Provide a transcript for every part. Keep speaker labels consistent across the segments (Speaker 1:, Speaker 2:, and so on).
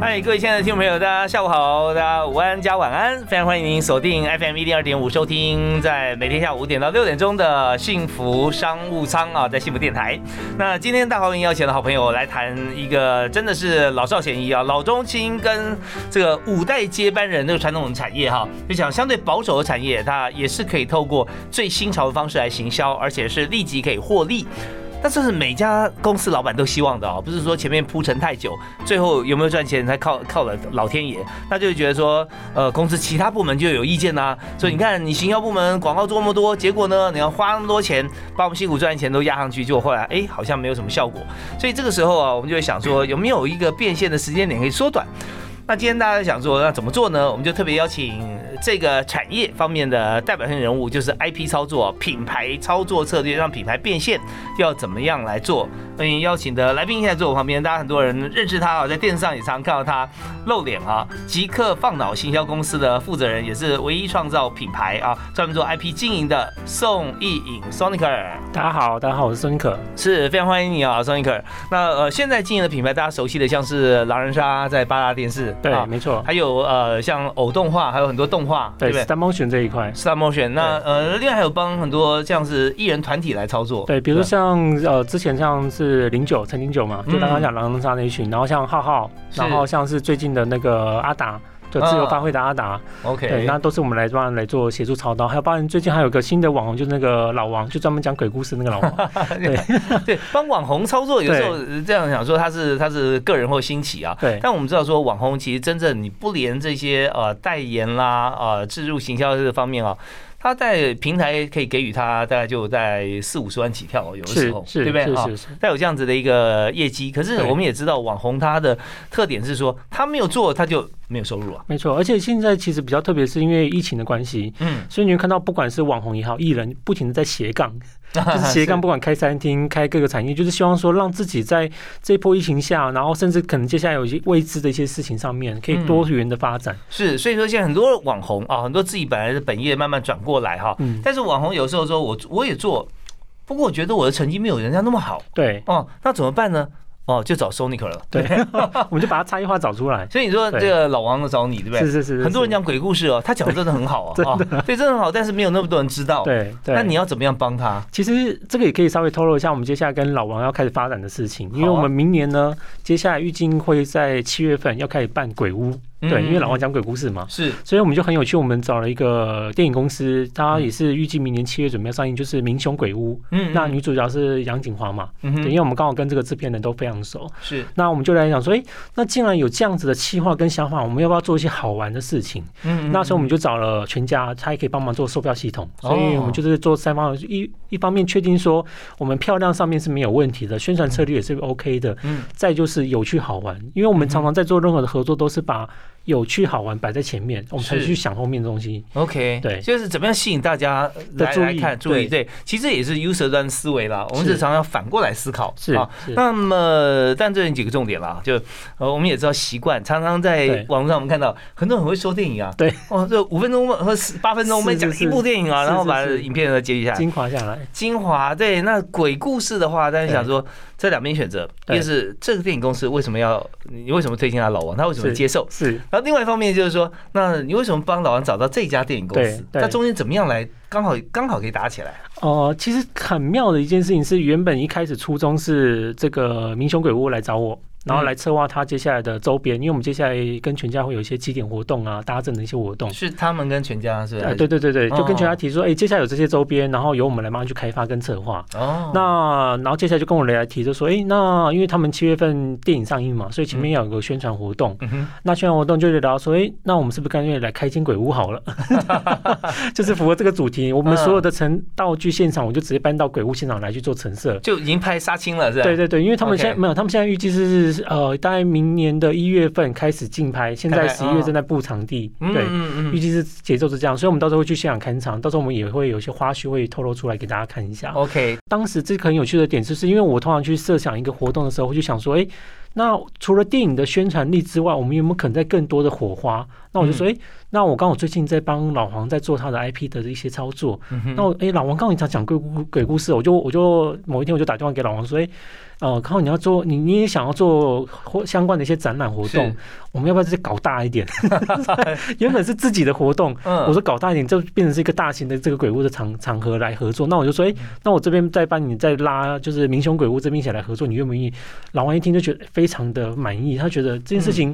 Speaker 1: 嗨，各位亲爱的听众朋友，大家下午好，大家午安加晚安，非常欢迎您锁定 FM 一零二点五收听，在每天下午五点到六点钟的幸福商务舱啊，在幸福电台。那今天大华为您邀请的好朋友来谈一个真的是老少咸宜啊，老中青跟这个五代接班人这个传统产业哈、就想相对保守的产业，它也是可以透过最新潮的方式来行销，而且是立即可以获利。但这是每家公司老板都希望的哦，不是说前面铺陈太久，最后有没有赚钱才靠靠了老天爷，那就会觉得说，呃，公司其他部门就有意见呐、啊所以你看，你行销部门广告做那么多，结果呢，你要花那么多钱，把我们辛苦赚的钱都压上去，结果后来哎，好像没有什么效果。所以这个时候啊，我们就会想说，有没有一个变现的时间点可以缩短？那今天大家想说，那怎么做呢？我们就特别邀请这个产业方面的代表性人物，就是 IP 操作、品牌操作策略，让品牌变现要怎么样来做。欢迎邀请的来宾现在坐我旁边，大家很多人认识他啊，在电视上也常看到他露脸啊。极客放脑行销公司的负责人，也是唯一创造品牌啊，专门做 IP 经营的宋逸颖 Sonic。
Speaker 2: 大家好，大家好，我是孙可。
Speaker 1: 是非常欢迎你啊，Sonic。那呃，现在经营的品牌大家熟悉的，像是狼人杀在八大电视，
Speaker 2: 对，
Speaker 1: 啊
Speaker 2: 没错，
Speaker 1: 还有呃，像偶动画，还有很多动画，对
Speaker 2: 对
Speaker 1: 不对
Speaker 2: s t a m o t i o n 这一块，
Speaker 1: ？Star Motion。那呃，另外还有帮很多这样是艺人团体来操作，
Speaker 2: 对，比如说像呃之前像是零九陈零九嘛，就
Speaker 1: 嗯
Speaker 2: 刚刚讲狼人杀那一群，然后像浩浩，
Speaker 1: 是
Speaker 2: 然后像是最近的那个阿达。就自由
Speaker 1: 嗯
Speaker 2: 发挥的阿达，对，
Speaker 1: OK，
Speaker 2: 那都是我们来帮人来做协助操刀，还有包含最近还有个新的网红，就是那个老王，就专门讲鬼故事那个老王，
Speaker 1: 对，帮网红操作，有时候呃这样想说他是他是个人或兴起啊。
Speaker 2: 对，
Speaker 1: 但我们知道说，网红其实真正你不连这些呃代言啦、呃置入行销这个方面啊，他在平台可以给予他大概就在四五十万起跳，有的时
Speaker 2: 是
Speaker 1: 候，
Speaker 2: 是
Speaker 1: 对不对
Speaker 2: 是
Speaker 1: 啊？
Speaker 2: 是是，
Speaker 1: 带有这样子的一个业绩。可是
Speaker 2: 对
Speaker 1: 我们也知道，网红他的特点是说，他没有做他就没有收入啊。
Speaker 2: 没错。而且现在其实比较特别，是因为疫情的关系，
Speaker 1: 嗯，
Speaker 2: 所以你会看到，不管是网红也好，艺人不停的在斜杠， 就是斜杠，
Speaker 1: 是
Speaker 2: 不管开餐厅、开各个产业，就是希望说让自己在这一波疫情下，然后甚至可能接下来有一些未知的一些事情上面，可以
Speaker 1: 嗯
Speaker 2: 多元的发展。
Speaker 1: 是，所以说现在很多网红啊，很多自己本来的本业慢慢转过来哈。
Speaker 2: 嗯，
Speaker 1: 但是网红有时候说我我也做，不过我觉得我的成绩没有人家那么好
Speaker 2: 对，
Speaker 1: 哦，那怎么办呢？哦，就找 Sonic 了。
Speaker 2: 对， 我们就把它差异化找出来。
Speaker 1: 所以你说
Speaker 2: 对
Speaker 1: 这个老王都找你， 对不
Speaker 2: 是
Speaker 1: 对？
Speaker 2: 是是，
Speaker 1: 很多人
Speaker 2: 讲
Speaker 1: 讲鬼故事哦，他讲的真的很 好啊，啊，对，真的很好，但是没有那么多人知道。，
Speaker 2: 对对。
Speaker 1: 那你要怎么样帮他？
Speaker 2: 其实这个也可以稍微透露一下，我们接下来跟老王要开始发展的事情，因为
Speaker 1: 好啊
Speaker 2: 我们明年呢，接下来预计会在七月份要开始办鬼屋，对，
Speaker 1: 嗯
Speaker 2: 因为老王讲鬼故事嘛。
Speaker 1: 是
Speaker 2: 所以我们就很有趣，我们找了一个电影公司，它也是预计明年七月准备要上映，就是《民雄鬼屋》。
Speaker 1: 嗯
Speaker 2: 那女主角是杨景华嘛？
Speaker 1: 嗯
Speaker 2: 对，因为我们刚好跟这个制片人都非常熟，
Speaker 1: 是
Speaker 2: 那我们就来讲说，诶，那既然有这样子的企划跟想法，我们要不要做一些好玩的事情？
Speaker 1: 嗯
Speaker 2: 那时候我们
Speaker 1: 就
Speaker 2: 就找了全家，他也可以帮忙做售票系统，所以
Speaker 1: 哦
Speaker 2: 我们就是做三方一一方面确定说我们票量上面是没有问题的，宣传策略也是 OK 的，
Speaker 1: 嗯
Speaker 2: 再就是有趣好玩，因为我们常常在做任何的合作都是把有趣好玩摆在前面，我们才
Speaker 1: 是
Speaker 2: 去想后面的东西。
Speaker 1: OK，
Speaker 2: 对
Speaker 1: 就是怎么样吸引大家
Speaker 2: 的
Speaker 1: 来
Speaker 2: 注意
Speaker 1: 来看注意，对，其实也是 user 端思维啦，我们
Speaker 2: 是
Speaker 1: 日常要反过来思考，
Speaker 2: 是，是
Speaker 1: 那么，但这有几个重点啦，就呃，我们也知道习惯，常常在
Speaker 2: 对
Speaker 1: 网络上我们看到很多人很会说电影啊，
Speaker 2: 对，
Speaker 1: 哦，这五分钟或十八分钟，我们
Speaker 2: 是是
Speaker 1: 讲一部电影啊，
Speaker 2: 是
Speaker 1: 然后
Speaker 2: 是
Speaker 1: 把
Speaker 2: 是
Speaker 1: 影片呢截取下来。
Speaker 2: 精华下来。
Speaker 1: 精华对，那鬼故事的话，大家想说这两边选择，
Speaker 2: 对
Speaker 1: 就是这个电影公司为什么要你为什么推荐他老王，他为什么
Speaker 2: 是
Speaker 1: 接受？
Speaker 2: 是，
Speaker 1: 然后另外一方面就是说，那你为什么帮老王找到这家电影公司？
Speaker 2: 对对
Speaker 1: 那中间怎么样来刚好刚好可以打起来？
Speaker 2: 哦，其实很妙的一件事情是，原本一开始初衷是这个民雄鬼屋来找我，然后
Speaker 1: 嗯
Speaker 2: 来策划它接下来的周边，因为我们接下来跟全家会有一些起点活动啊，搭赠的一些活动。
Speaker 1: 是他们跟全家是吧？
Speaker 2: 呃，对对对对，就跟全
Speaker 1: 哦
Speaker 2: 家提出说，哎、接下来有这些周边，然后由我们来帮他去开发跟策划。
Speaker 1: 哦，
Speaker 2: 那然后接下来就跟我来提，就说，哎、那因为他们七月份电影上映嘛，所以前面要有个宣传活动。
Speaker 1: 嗯哼
Speaker 2: 那宣传活动就聊到说，哎、那我们是不是干脆来开间鬼屋好了？ 就是符合这个主题，我们所有的成道具现场，我就直接搬到鬼屋现场来去做陈设。
Speaker 1: 就已经拍杀青了是吧？
Speaker 2: 对对对，因为他们现在
Speaker 1: OK
Speaker 2: 没有，他们现在预计是呃，大概明年的一月份开始竞拍，现在
Speaker 1: 开拍
Speaker 2: 十一月正在布场地，
Speaker 1: 嗯，
Speaker 2: 对。
Speaker 1: 嗯嗯
Speaker 2: 预计是节奏是这样，所以我们到时候会去现场看场，到时候我们也会有一些花絮会透露出来给大家看一下。
Speaker 1: OK，
Speaker 2: 当时这个很有趣的点，就是因为我通常去设想一个活动的时候，我就想说，哎、那除了电影的宣传力之外，我们有没有可能在更多的火花？那我就说，哎、那我刚好最近在帮老黄在做他的 IP 的一些操作，
Speaker 1: 嗯哼
Speaker 2: 那我哎、老王刚好你常讲鬼故鬼故事，我就我就某一天我就打电话给老王说，哎、呃，刚好你要做，你你也想要做或相关的一些展览活动
Speaker 1: 是，
Speaker 2: 我们要不要再搞大一点？ 原本是自己的活动，
Speaker 1: 嗯
Speaker 2: 我说搞大一点，就变成是一个大型的这个鬼屋的场场合来合作。那我就说，哎、
Speaker 1: 嗯
Speaker 2: 那我这边再帮你再拉，就是明雄鬼屋这边一起来合作，你愿不愿意？老王一听就觉得非常的满意，他觉得这件事情。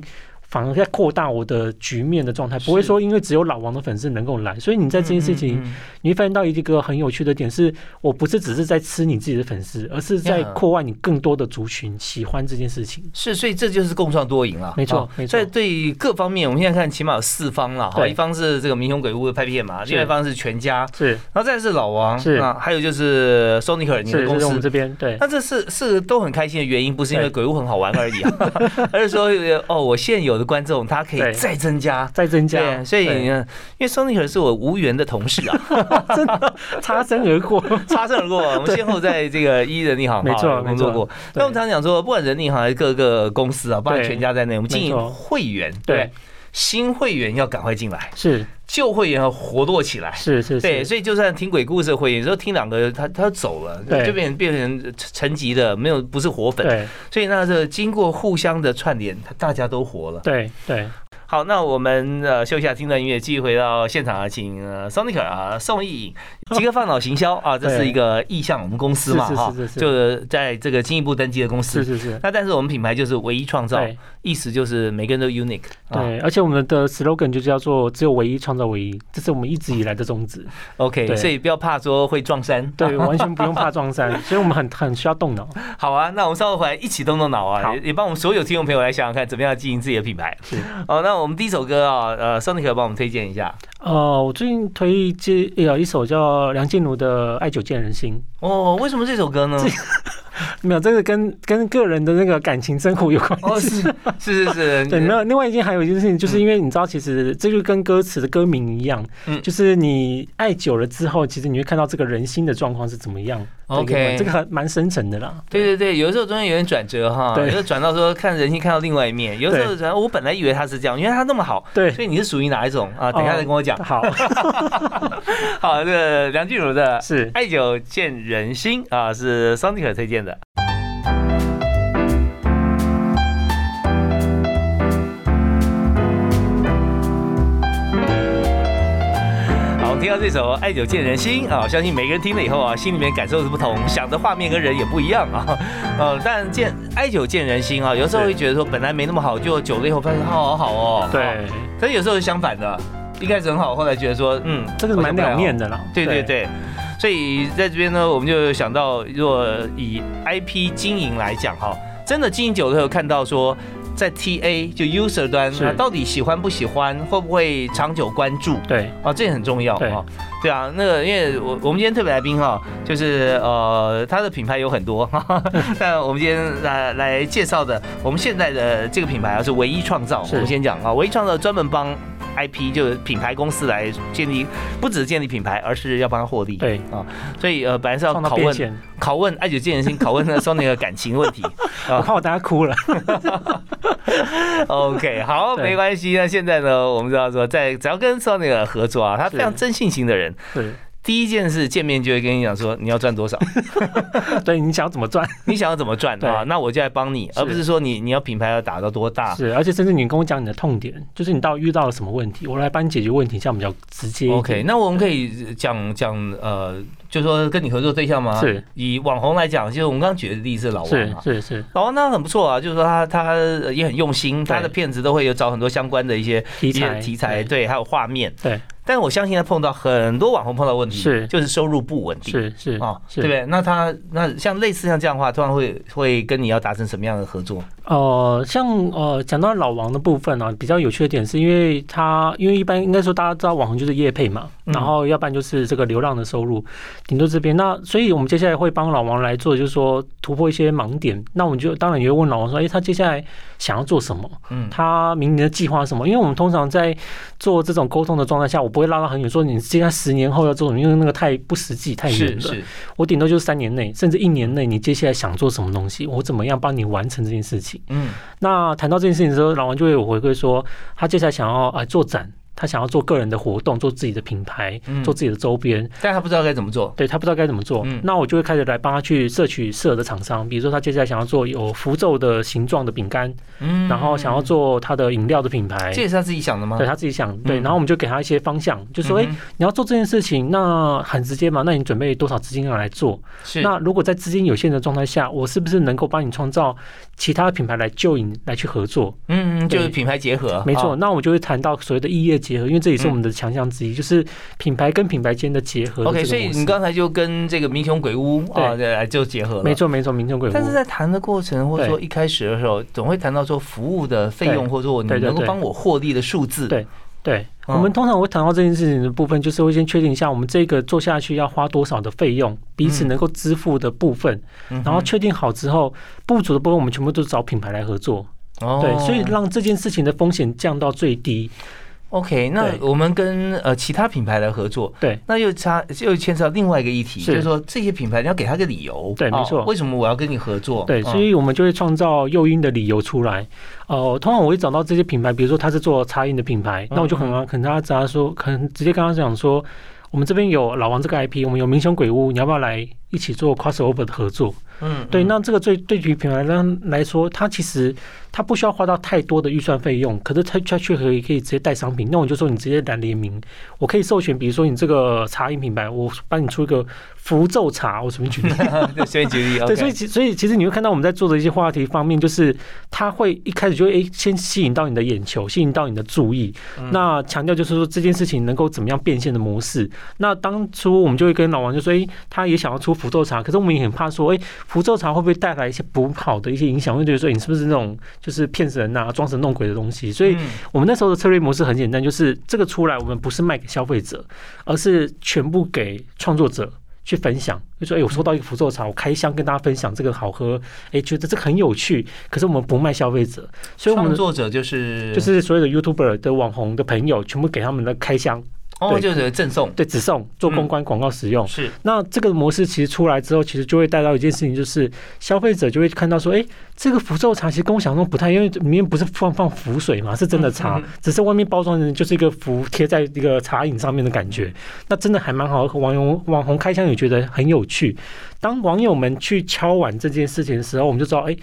Speaker 2: 反而在扩大我的局面的状态，不会
Speaker 1: 嗯是
Speaker 2: 说因为只有老王的粉丝能够来，所以你在这件事情
Speaker 1: 嗯嗯嗯
Speaker 2: 你会发现到一个很有趣的点是，我不是只是在吃你自己的粉丝，而是在
Speaker 1: Yeah
Speaker 2: 扩外你更多的族群喜欢这件事情。
Speaker 1: 是，所以这就是共创多赢了，
Speaker 2: 没错
Speaker 1: 啊
Speaker 2: 没错
Speaker 1: 所以对于各方面，我们现在看起码有四方了哈，
Speaker 2: 对
Speaker 1: 一方是这个民雄鬼屋的拍片嘛，
Speaker 2: 是
Speaker 1: 另外一方是全家，
Speaker 2: 是
Speaker 1: 然后再是老王，
Speaker 2: 是
Speaker 1: 啊，还有就是 Sonic 你的
Speaker 2: 是，
Speaker 1: 公
Speaker 2: 这是我们
Speaker 1: 司。
Speaker 2: 这边 对
Speaker 1: 那这是是都很开心的原因，不是因为
Speaker 2: 对
Speaker 1: 鬼屋很好玩而已啊， 而是说哦，我现有的观众他可以
Speaker 2: 对
Speaker 1: 再增加。
Speaker 2: 再增加，
Speaker 1: 对，所以
Speaker 2: 对
Speaker 1: 呢因为 Sonic 是我无缘的同事啊，
Speaker 2: 擦身 而过。
Speaker 1: 擦身而过。我们先后在这个一人力行
Speaker 2: 没错
Speaker 1: 哈工作过。
Speaker 2: 对
Speaker 1: 那我们常讲说，不管人力行还是各个公司啊，包括
Speaker 2: 对
Speaker 1: 全家在内，我们经
Speaker 2: 没
Speaker 1: 营
Speaker 2: 错
Speaker 1: 会员，对不对
Speaker 2: 对，
Speaker 1: 新会员要赶快进来，
Speaker 2: 是
Speaker 1: 旧会员要活络起来。
Speaker 2: 是是
Speaker 1: 对，
Speaker 2: 是，
Speaker 1: 所以就算听鬼故事的会员，有时候听两个他他走了，
Speaker 2: 对
Speaker 1: 就变成变成沉寂的，没有不是活粉。
Speaker 2: 对
Speaker 1: 所以那是经过互相的串联，大家都活了。
Speaker 2: 对对，
Speaker 1: 好，那我们呃休息一下，听段音乐，继续回到现场啊，请呃 Sonic 啊宋艺颖极客放脑行销啊，这是一个意向，我们公司嘛
Speaker 2: 是是
Speaker 1: 哈
Speaker 2: 是是，是
Speaker 1: 就是在这个进一步登记的公
Speaker 2: 是
Speaker 1: 司。
Speaker 2: 是是。
Speaker 1: 那但是我们品牌就是唯一创造，
Speaker 2: 对
Speaker 1: 意思就是每个人都 unique 啊。
Speaker 2: 对，而且我们的 slogan 就叫做“只有唯一创造唯一”，这是我们一直以来的宗旨。
Speaker 1: OK，
Speaker 2: 对
Speaker 1: 所以不要怕说会撞衫。
Speaker 2: 对，完全不用怕撞衫， 所以我们很很需要动脑。
Speaker 1: 好啊，那我们稍后回来一起动动脑啊，
Speaker 2: 好
Speaker 1: 也也帮我们所有听众朋友来想想看，怎么样经营自己的品牌。
Speaker 2: 是
Speaker 1: 哦，那我们第一首歌啊，呃，Sonic 帮我们推荐一下。
Speaker 2: 呃，我最近推荐有一首叫梁静茹的《爱久见人心》，
Speaker 1: 哦，为什么这首歌呢？
Speaker 2: 没有，这个跟跟个人的那个感情生活有关
Speaker 1: 哦，
Speaker 2: 系。
Speaker 1: 是是是是，
Speaker 2: 对，没有。另外一件还有一件事情，就是因为你知道，其实这就跟歌词的歌名一样，
Speaker 1: 嗯
Speaker 2: 就是你爱久了之后，其实你会看到这个人心的状况是怎么样。
Speaker 1: OK
Speaker 2: 这个还蛮深沉的啦。
Speaker 1: 对对对，有的时候中间有点转折哈，
Speaker 2: 对
Speaker 1: 有时候转到说看人性看到另外一面，有的时候转我本来以为他是这样，因为他那么好，
Speaker 2: 对，哦
Speaker 1: 所以你是属于哪一种啊？等一下再跟我讲。
Speaker 2: 好，
Speaker 1: 好，这个梁静茹的《
Speaker 2: 是
Speaker 1: 爱久见人心》啊，是桑迪可推荐的。好，我们听到这首《爱久见人心》啊，相信每个人听了以后啊，心里面感受是不同，想的画面跟人也不一样啊。呃，但见爱久见人心啊，有时候会觉得说本来没那么好，就久了以后发现好好好哦。
Speaker 2: 对，
Speaker 1: 可是有时候是相反的，一开始很好，后来觉得说，嗯，
Speaker 2: 这个
Speaker 1: 好像
Speaker 2: 蛮
Speaker 1: 不太
Speaker 2: 两
Speaker 1: 好
Speaker 2: 面的啦。
Speaker 1: 对对，对，所以在这边呢，我们就想到，若以 IP 经营来讲哈，真的经营久了以后，看到说在 TA 就 user 端，
Speaker 2: 是
Speaker 1: 他到底喜欢不喜欢，会不会长久关注
Speaker 2: 对
Speaker 1: 啊，这也很重要
Speaker 2: 对
Speaker 1: 啊。对啊，那个因为我我们今天特别来宾哈，就是呃，他的品牌有很多，哈 哈但我们今天来来介绍的，我们现在的这个品牌啊是唯一创造，
Speaker 2: 是
Speaker 1: 我们先讲啊，唯一创造专门帮。IP 就是品牌公司来建立，不只是建立品牌，而是要帮他获利。
Speaker 2: 对，
Speaker 1: 所以呃，本来是要
Speaker 2: 放到
Speaker 1: 拷
Speaker 2: 边
Speaker 1: 问
Speaker 2: 线，
Speaker 1: 拷问爱久见人心，拷问那个 Sony 的感情问 题。
Speaker 2: 我怕我大家 哭了。
Speaker 1: OK，好，
Speaker 2: 对
Speaker 1: 没关系。那现在呢，我们知道说，在只要跟 Sony 合作啊，他非常
Speaker 2: 是
Speaker 1: 真性情的人，
Speaker 2: 对，
Speaker 1: 第一件事见面就会跟你讲说你要赚多 少，
Speaker 2: 对你想要怎么 赚
Speaker 1: 你想要怎么赚
Speaker 2: 对
Speaker 1: 啊，那我就来帮你，
Speaker 2: 是
Speaker 1: 而不是说你你要品牌要打到多大。
Speaker 2: 是，而且甚至你跟我讲你的痛点，就是你到底遇到了什么问题，我来帮你解决问题，这样比较直接一点。
Speaker 1: OK，那我们可以讲讲呃，就说跟你合作对象吗？
Speaker 2: 是
Speaker 1: 以网红来讲，就是我们刚刚举的例子是老王
Speaker 2: 是
Speaker 1: 嘛。
Speaker 2: 是是，
Speaker 1: 老王那很不错啊，就是说他他呃也很用心，
Speaker 2: 对
Speaker 1: 他的片子都会有找很多相关的一些
Speaker 2: 题
Speaker 1: 一些
Speaker 2: 材
Speaker 1: 题材，
Speaker 2: 对
Speaker 1: 对，还有画面。
Speaker 2: 对，
Speaker 1: 但我相信他碰到很多网红碰到问题，
Speaker 2: 是
Speaker 1: 就是收入不稳定。
Speaker 2: 是是
Speaker 1: 哦，
Speaker 2: 是
Speaker 1: 对不对？那他那像类似像这样的话，通常会会跟你要达成什么样的合作？
Speaker 2: 呃，像呃，讲到老王的部分啊，比较有趣的点是因为他，因为一般应该说大家知道网红就是业配嘛，
Speaker 1: 嗯
Speaker 2: 然后要不然就是这个流量的收入，顶多这边。那所以我们接下来会帮老王来做，就是说突破一些盲点。那我们就当然也会问老王说，诶，哎他接下来想要做什么？
Speaker 1: 嗯，
Speaker 2: 他明年的计划是什么？因为我们通常在做这种沟通的状态下，我不会拉到很远，说你接下来十年后要做什么，因为那个太不实际、太远
Speaker 1: 是
Speaker 2: 了。
Speaker 1: 是，
Speaker 2: 我顶多就是三年内，甚至一年内，你接下来想做什么东西，我怎么样帮你完成这件事情？
Speaker 1: 嗯
Speaker 2: 那谈到这件事情的时候，老王就会有回馈说，他接下来想要啊、呃做展，他想要做个人的活动，做自己的品牌，
Speaker 1: 嗯
Speaker 2: 做，自己的周边，
Speaker 1: 但他不知道该怎么做。
Speaker 2: 对他不知道该怎么做，
Speaker 1: 嗯
Speaker 2: 那我就会开始来帮他去摄取适合的厂商，比如说他接下来想要做有符咒的形状的饼干，
Speaker 1: 嗯
Speaker 2: 然后想要，做他的饮料的品牌
Speaker 1: 这。也是他自己想的吗？
Speaker 2: 对他自己想，对，
Speaker 1: 嗯
Speaker 2: 然后我们就给他一些方向，就
Speaker 1: 嗯哼，
Speaker 2: 说，哎、你要做这件事情，那很直接嘛，那你准备多少资金要来做？
Speaker 1: 是
Speaker 2: 那如果在资金有限的状态下，我是不是能够帮你创造其他品牌来就你来去合作？
Speaker 1: 嗯，嗯就是
Speaker 2: 对
Speaker 1: 品牌结合，
Speaker 2: 没错，
Speaker 1: 啊，
Speaker 2: 那我就会谈到所谓的异业结合，因为这也是
Speaker 1: 嗯
Speaker 2: 我们的强项之一，就是品牌跟品牌间的结合的
Speaker 1: OK，
Speaker 2: 这
Speaker 1: 所
Speaker 2: 个
Speaker 1: 以
Speaker 2: 模式。
Speaker 1: 你刚才就跟这个民雄鬼屋啊，
Speaker 2: 对
Speaker 1: 对，就结合了。
Speaker 2: 没。错没错，民众鬼屋
Speaker 1: 但是在谈的过程，或者
Speaker 2: 对
Speaker 1: 说一开始的时候，总会谈到说服务的费用，
Speaker 2: 对
Speaker 1: 或者说你
Speaker 2: 对对
Speaker 1: 能够
Speaker 2: 对
Speaker 1: 帮我获利的数字。
Speaker 2: 对对。
Speaker 1: 嗯
Speaker 2: 我们通常会谈到这件事情的部分，就是会先确定一下我们这个做下去要花多少的费用，彼此
Speaker 1: 嗯
Speaker 2: 能够支付的部分，
Speaker 1: 嗯哼，
Speaker 2: 然后确定好之后，不足的部分我们全部都找品牌来合作，
Speaker 1: 哦
Speaker 2: 对，所以让这件事情的风险降到最低。
Speaker 1: OK，那
Speaker 2: 对
Speaker 1: 我们跟呃其他品牌来合作，
Speaker 2: 对，
Speaker 1: 那又差又牵扯到另外一个议题，
Speaker 2: 是
Speaker 1: 就是说这些品牌你要给他个理由，
Speaker 2: 对没
Speaker 1: 哦
Speaker 2: 错
Speaker 1: 为什么我要跟你合作？
Speaker 2: 对，
Speaker 1: 嗯
Speaker 2: 所以我们就会创造诱因的理由出来。呃，通常我会找到这些品牌，比如说他是做茶饮的品牌，那我就很
Speaker 1: 嗯
Speaker 2: 很跟他直接说，可能直接跟他讲说，我们这边有老王这个 IP，我们有明雄鬼屋，你要不要来一起做 crossover 的合作？
Speaker 1: 嗯，
Speaker 2: 对，
Speaker 1: 嗯
Speaker 2: 那这个对对于品牌来来说，它其实它不需要花到太多的预算费用，可是它它却可以可以直接带商品。那我就说你直接来联名，我可以授权，比如说你这个茶饮品牌，我帮你出一个符咒茶，我随便举例。
Speaker 1: 对，所以举例，
Speaker 2: 对，所以
Speaker 1: OK
Speaker 2: 其所以其实你会看到我们在做的一些话题方面，就是它会一开始就会诶先吸引到你的眼球，吸引到你的注意。
Speaker 1: 嗯
Speaker 2: 那强调就是说这件事情能够怎么样变现的模式。那当初我们就会跟老王就说，诶，他也想要出符咒茶，可是我们也很怕说，诶，符咒茶会不会带来一些不好的一些影响？会觉得说诶你是不是那种就是骗神啊、装神弄鬼的东西？所以
Speaker 1: 嗯
Speaker 2: 我们那时候的策略模式很简单，就是这个出来，我们不是卖给消费者，而是全部给创作者去分享。就说，哎、我收到一个符咒茶，我开箱跟大家分享这个好喝，哎、觉得这个很有趣。可是我们不卖消费者，所以我
Speaker 1: 创
Speaker 2: 们
Speaker 1: 作者就是
Speaker 2: 就是所有的 YouTuber 的网红的朋友，全部给他们的开箱，
Speaker 1: 哦，
Speaker 2: 对
Speaker 1: 就是赠送，
Speaker 2: 对，只送做公
Speaker 1: 嗯
Speaker 2: 关广告使用。
Speaker 1: 是
Speaker 2: 那这个模式其实出来之后，其实就会带到一件事情，就是消费者就会看到说，诶，这个符咒茶其实跟我想象中不太一样，因为里面不是放放符水嘛，是真的茶，
Speaker 1: 嗯嗯
Speaker 2: 只是外面包装的就是一个符贴在这个茶饮上面的感觉。那真的还蛮好，网友网红开箱也觉得很有趣。当网友们去敲碗这件事情的时候，我们就知道，诶，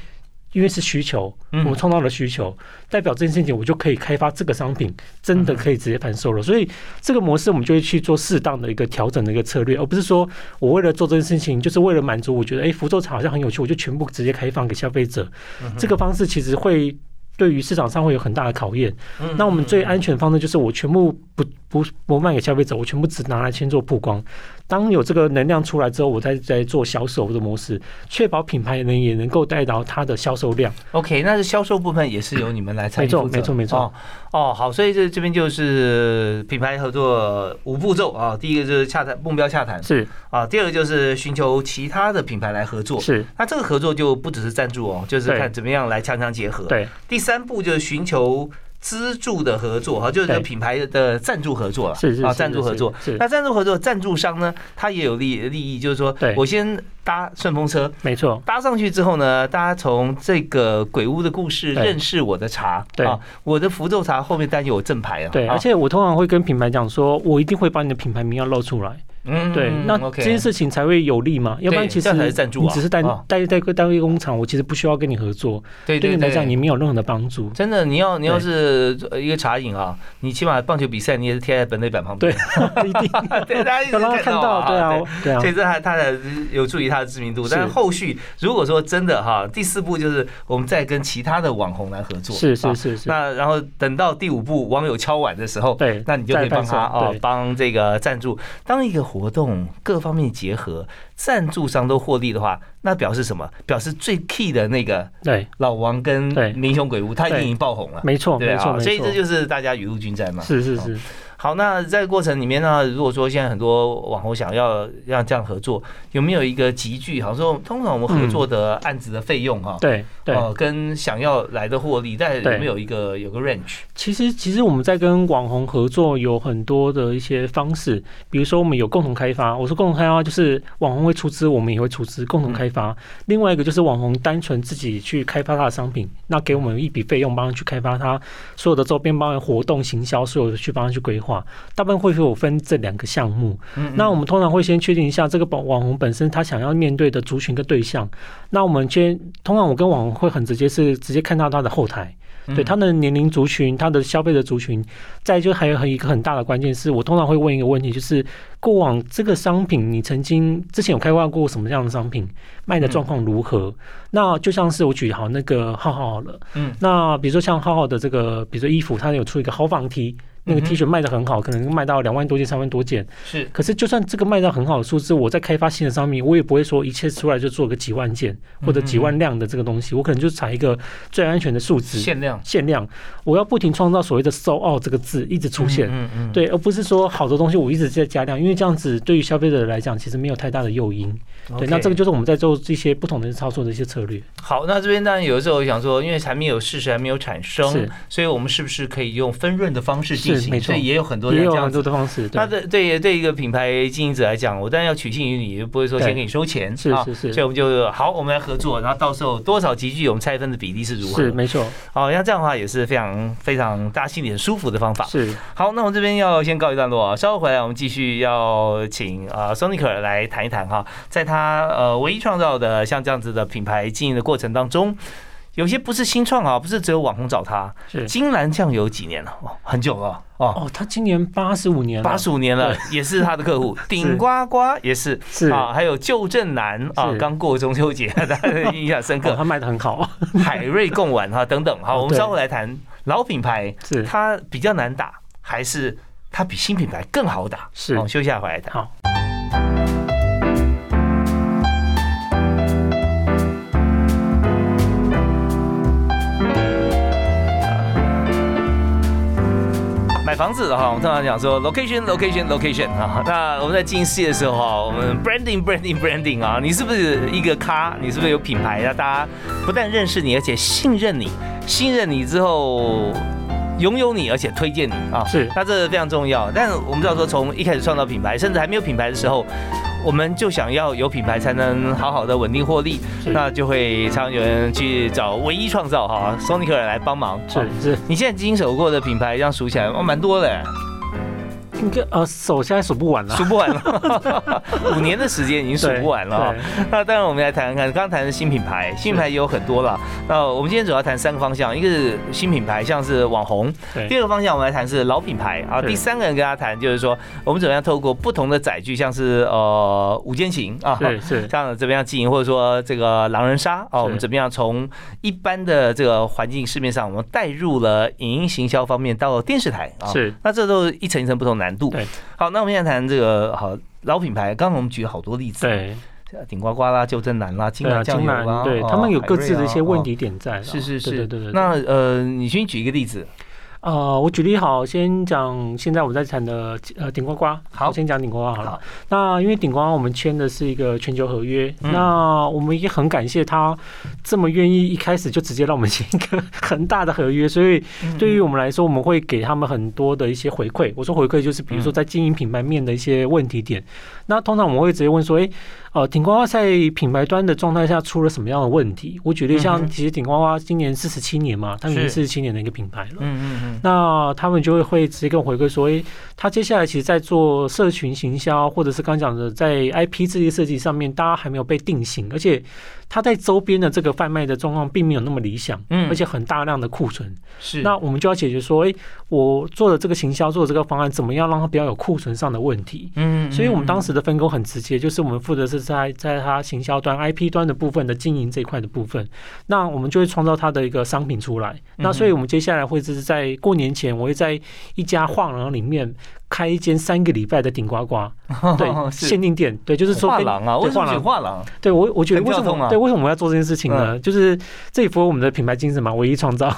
Speaker 2: 因为是需求，
Speaker 1: 嗯
Speaker 2: 我们创造了需求，代表这件事情，我就可以开发这个商品，真
Speaker 1: 嗯
Speaker 2: 的可以直接贩售了。所以这个模式，我们就会去做适当的一个调整的一个策略，而不是说我为了做这件事情，就是为了满足我觉得，哎，福州茶好像很有趣，我就全部直接开放给消费者。
Speaker 1: 嗯
Speaker 2: 这个方式其实会。对于市场上会有很大的考验。
Speaker 1: 嗯
Speaker 2: 那我们最安全的方式就是我全部不不不卖给消费者，我全部只拿来先做曝光。当有这个能量出来之后，我再再做销售的模式，确保品牌能也能够带到它的销售量。
Speaker 1: OK，那是销售部分也是由你们来参与
Speaker 2: 没错
Speaker 1: 负责
Speaker 2: 没错没错
Speaker 1: 哦哦，好，所以这这边就是品牌合作五步骤啊，第一个就是洽谈目标洽谈
Speaker 2: 是
Speaker 1: 啊，第二个就是寻求其他的品牌来合作。
Speaker 2: 是，
Speaker 1: 那这个合作就不只是赞助哦，就是
Speaker 2: 对
Speaker 1: 看怎么样来强强结合。
Speaker 2: 对
Speaker 1: 第三步就是寻求资助的合作哈，就是这个
Speaker 2: 对
Speaker 1: 品牌的赞助合作了，
Speaker 2: 是是
Speaker 1: 啊，
Speaker 2: 是
Speaker 1: 赞助合作。
Speaker 2: 是是
Speaker 1: 那赞助合作，赞助商呢，他也有利利益，就是说
Speaker 2: 对
Speaker 1: 我先搭顺风车，
Speaker 2: 没错，
Speaker 1: 搭上去之后呢，大家从这个鬼屋的故事
Speaker 2: 对
Speaker 1: 认识我的茶，
Speaker 2: 对
Speaker 1: 啊，我的符咒茶后面当然有正牌了，
Speaker 2: 对。
Speaker 1: 啊
Speaker 2: 而且我通常会跟品牌讲说，我一定会把你的品牌名要露出来，
Speaker 1: 嗯
Speaker 2: 对，
Speaker 1: 嗯
Speaker 2: 那这
Speaker 1: OK
Speaker 2: 件事情才会有利嘛，要不然
Speaker 1: 对
Speaker 2: 其
Speaker 1: 这样
Speaker 2: 实
Speaker 1: 才是赞助啊
Speaker 2: 你只是单
Speaker 1: 哦
Speaker 2: 带带个单位工厂，我其实不需要跟你合作，
Speaker 1: 对
Speaker 2: 对
Speaker 1: 对
Speaker 2: 你来讲
Speaker 1: 对
Speaker 2: 你。没有任何的帮 助。
Speaker 1: 真的，你要你要
Speaker 2: 对
Speaker 1: 是呃一个茶饮啊，你起码棒球比赛你也是贴在本垒板旁边，
Speaker 2: 对， 一定
Speaker 1: 对，大家一直
Speaker 2: 要让他看到，对啊，对啊
Speaker 1: 所，以这还他的有助于他的知名度。
Speaker 2: 是
Speaker 1: 但是后续如果说真的哈，第四步就是我们再跟其他的网红来合作，
Speaker 2: 是是
Speaker 1: 啊。
Speaker 2: 是是，
Speaker 1: 那然后等到第五步网友敲碗的时候，
Speaker 2: 对，
Speaker 1: 那你就可以帮他
Speaker 2: 再贩售
Speaker 1: 哦
Speaker 2: 对，
Speaker 1: 帮这个赞助。当一个活动各方面结合，赞助商都获利的话，那表示什么？表示最 key 的那个
Speaker 2: 对，
Speaker 1: 老王跟
Speaker 2: 对
Speaker 1: 民雄鬼屋，他一定
Speaker 2: 对
Speaker 1: 已经爆红了。
Speaker 2: 没错
Speaker 1: 对
Speaker 2: 没错
Speaker 1: 啊，
Speaker 2: 没错，
Speaker 1: 所以这就是大家雨露均沾嘛。
Speaker 2: 是是
Speaker 1: 哦
Speaker 2: 是，
Speaker 1: 好，那在过程里面呢，如果说现在很多网红想要让这样合作，有没有一个集聚？好像说通常我们合作的案子的费用哈、
Speaker 2: 对嗯对。
Speaker 1: 哦，跟想要来的获利，但有
Speaker 2: 对
Speaker 1: 没有一个有个 range？
Speaker 2: 其实，其实我们在跟网红合作有很多的一些方式，比如说我们有共同开发。我说共同开发就是网红会出资，我们也会出资共同开发。另外一个就是网红单纯自己去开发他的商品，那给我们一笔费用，帮他去开发他所有的周边，帮他活动行销，所有的去帮他去规划。大部分会有分这两个项目。
Speaker 1: 嗯
Speaker 2: 那我们通常会先确定一下这个网网红本身他想要面对的族群跟对象。那我们先，通常我跟网红会很直接，是直接看到他的后台，
Speaker 1: 嗯
Speaker 2: 对他的年龄族群、他的消费者族群。再就还有很一个很大的关键是，我通常会问一个问题，就是过往这个商品你曾经之前有开发过什么样的商品，卖的状况如何？那就像是我举好那个浩浩好了，
Speaker 1: 嗯
Speaker 2: 那比如说像浩浩的这个，比如说衣服，它有出一个豪仿 T。那
Speaker 1: 嗯
Speaker 2: 个
Speaker 1: 哼嗯
Speaker 2: T 恤卖的很好，可能卖到两万多件、三万多件。
Speaker 1: 是
Speaker 2: 可是，就算这个卖到很好的数字，我在开发新的商品，我也不会说一切出来就做个几万件或者
Speaker 1: 嗯
Speaker 2: 几万辆的这个东西，我可能就采一个最安全的数值
Speaker 1: 限量
Speaker 2: 限量。我要不停创造所谓的 “so out” 这个字一直出现，
Speaker 1: 嗯嗯，
Speaker 2: 对，而不是说好的东西我一直在加量，因为这样子对于消费者来讲其实没有太大的诱因。
Speaker 1: 嗯
Speaker 2: 对，那这个
Speaker 1: OK
Speaker 2: 就是我们在做这些不同的操作的一些策略。
Speaker 1: 好。那这边当然有的时候想说，因为还没有事实还没有产生
Speaker 2: 是，
Speaker 1: 所以我们是不是可以用分润的方式进
Speaker 2: 是
Speaker 1: 行？
Speaker 2: 没错
Speaker 1: 所以也有很多
Speaker 2: 也
Speaker 1: 人
Speaker 2: 有
Speaker 1: 这样
Speaker 2: 很
Speaker 1: 子
Speaker 2: 多的方式，对
Speaker 1: 那，对对对一个品牌经营者来讲，我当然要取信于你，不会说先
Speaker 2: 对
Speaker 1: 给你收钱
Speaker 2: 是
Speaker 1: 啊。
Speaker 2: 是是
Speaker 1: 所以我们就好，我们来合作，然后到时候多少集聚，我们拆分的比例是如何？
Speaker 2: 是没错，
Speaker 1: 哦，像这样的话也是非常非常大家心里很舒服的方法。
Speaker 2: 是
Speaker 1: 好，那我们这边要先告一段落啊，稍后回来我们继续要请呃 Sonic 来谈一谈哈，在他呃唯一创造的像这样子的品牌经营的过程当中。有些不是新创啊，不是只有网红找他。
Speaker 2: 是。
Speaker 1: 金兰酱油几年了？哦，很久了哦。
Speaker 2: 哦，他今年 八十五年了，
Speaker 1: 八十五年了，也是他的客户，顶呱呱也是
Speaker 2: 是
Speaker 1: 啊，还有旧正南啊，
Speaker 2: 是
Speaker 1: 刚过中秋节，大家印象深
Speaker 2: 哦，
Speaker 1: 刻，
Speaker 2: 他卖的很好，
Speaker 1: 海瑞贡丸哈等等，好，
Speaker 2: 哦
Speaker 1: 我们
Speaker 2: 对
Speaker 1: 稍后来谈老品牌，
Speaker 2: 是
Speaker 1: 它比较难打，还是它比新品牌更好打？
Speaker 2: 是
Speaker 1: 好休息一下回来谈。
Speaker 2: 好。
Speaker 1: 买房子的哈，我们通常讲说 location location location 啊。那我们在经营事业的时候哈，我们 branding branding branding 啊，你是不是一个咖？你是不是有品牌？让大家不但认识你，而且信任你，信任你之后。拥有你，而且推荐你啊，
Speaker 2: 是
Speaker 1: 那这非常重要。但我们知道说，从一开始创造品牌，甚至还没有品牌的时候，我们就想要有品牌才能好好的稳定获利，
Speaker 2: 是
Speaker 1: 那就会常常有人去找唯一创造哈 Sonic 来帮忙。啊
Speaker 2: 是是，
Speaker 1: 你现在经手过的品牌，这样数起 来，哦，蛮多的，
Speaker 2: 应该呃手现在数不完了，
Speaker 1: 数不完了。 五年的时间已经数
Speaker 2: 对
Speaker 1: 不完了啊。
Speaker 2: 对
Speaker 1: 那当然，我们来谈谈，刚刚谈的新品牌，新品牌也有很多了。那我们今天主要谈三个方向，一个是新品牌，像是网红；
Speaker 2: 对
Speaker 1: 第二个方向，我们来谈是老品牌啊。
Speaker 2: 对
Speaker 1: 第三个人跟大家谈，就是说我们怎么样透过不同的载具，像是呃午间行啊。
Speaker 2: 是是
Speaker 1: 像怎么样经营，或者说这个狼人杀哦，
Speaker 2: 是
Speaker 1: 我们怎么样从一般的这个环境市面上，我们带入了影音行销方面到电视台啊，
Speaker 2: 是
Speaker 1: 那这都是一层一层不同难度。
Speaker 2: 对，
Speaker 1: 好，那我们现在谈这个好老品牌，刚刚我们举了好多例子，
Speaker 2: 对
Speaker 1: 对，顶呱呱啦、旧正南啦、金
Speaker 2: 对
Speaker 1: 兰
Speaker 2: 啊，
Speaker 1: 酱
Speaker 2: 金
Speaker 1: 油
Speaker 2: 兰
Speaker 1: 啦，
Speaker 2: 对
Speaker 1: 哦
Speaker 2: 他们有各自的一些问。
Speaker 1: 海瑞啊
Speaker 2: 题点在啦，
Speaker 1: 哦是是是，
Speaker 2: 对对对对。
Speaker 1: 那呃，你先举一个例子，
Speaker 2: 呃，我举例好，先讲现在我们在谈的呃顶呱呱，
Speaker 1: 好
Speaker 2: 我先讲顶呱呱好了。
Speaker 1: 好
Speaker 2: 那因为顶呱呱我们签的是一个全球合约，
Speaker 1: 嗯
Speaker 2: 那我们也很感谢他这么愿意一开始就直接让我们签一个很大的合约，所以
Speaker 1: 嗯
Speaker 2: 对于我们来说，我们会给他们很多的一些回
Speaker 1: 嗯
Speaker 2: 馈。我说回馈就是比如说在经营品牌面的一些问题点，那通常我们会直接问说，诶，呃顶呱呱在品牌端的状态下出了什么样的问题。我举例像，
Speaker 1: 嗯哼
Speaker 2: 其实顶呱呱今年四十七年嘛，它已经
Speaker 1: 是
Speaker 2: 四十七年的一个品牌了。
Speaker 1: 嗯嗯
Speaker 2: 那他们就会会直接跟我回馈说，诶，他接下来其实在做社群行销，或者是刚刚讲的在 IP 这些设计上面，大家还没有被定型，而且他在周边的这个贩卖的状况并没有那么理想，
Speaker 1: 嗯
Speaker 2: 而且很大量的库存。
Speaker 1: 嗯，是
Speaker 2: 那我们就要解决说，诶，我做的这个行销，做的这个方案，怎么样让它不要有库存上的问题？
Speaker 1: 嗯
Speaker 2: 所以我们当
Speaker 1: 时
Speaker 2: 时的分工很直接，就是我们负责是在在它行销端、IP 端的部分的经营这一块的部分，那我们就会创造它的一个商品出
Speaker 1: 嗯
Speaker 2: 来。那所以我们接下来会是在过年前，我会在一家画廊里面开一间三个礼拜的顶呱呱， 对，限定店，对，就是说
Speaker 1: 哦画
Speaker 2: 跟
Speaker 1: 廊啊，
Speaker 2: 对
Speaker 1: 为什
Speaker 2: 画
Speaker 1: 么选
Speaker 2: 廊
Speaker 1: 画廊？
Speaker 2: 对我，我觉得
Speaker 1: 很
Speaker 2: 为什
Speaker 1: 跳
Speaker 2: 么、
Speaker 1: 动啊嗯
Speaker 2: 对为什么我们要做这件事情呢？就是这也符合我们的品牌精神嘛，唯一创 造。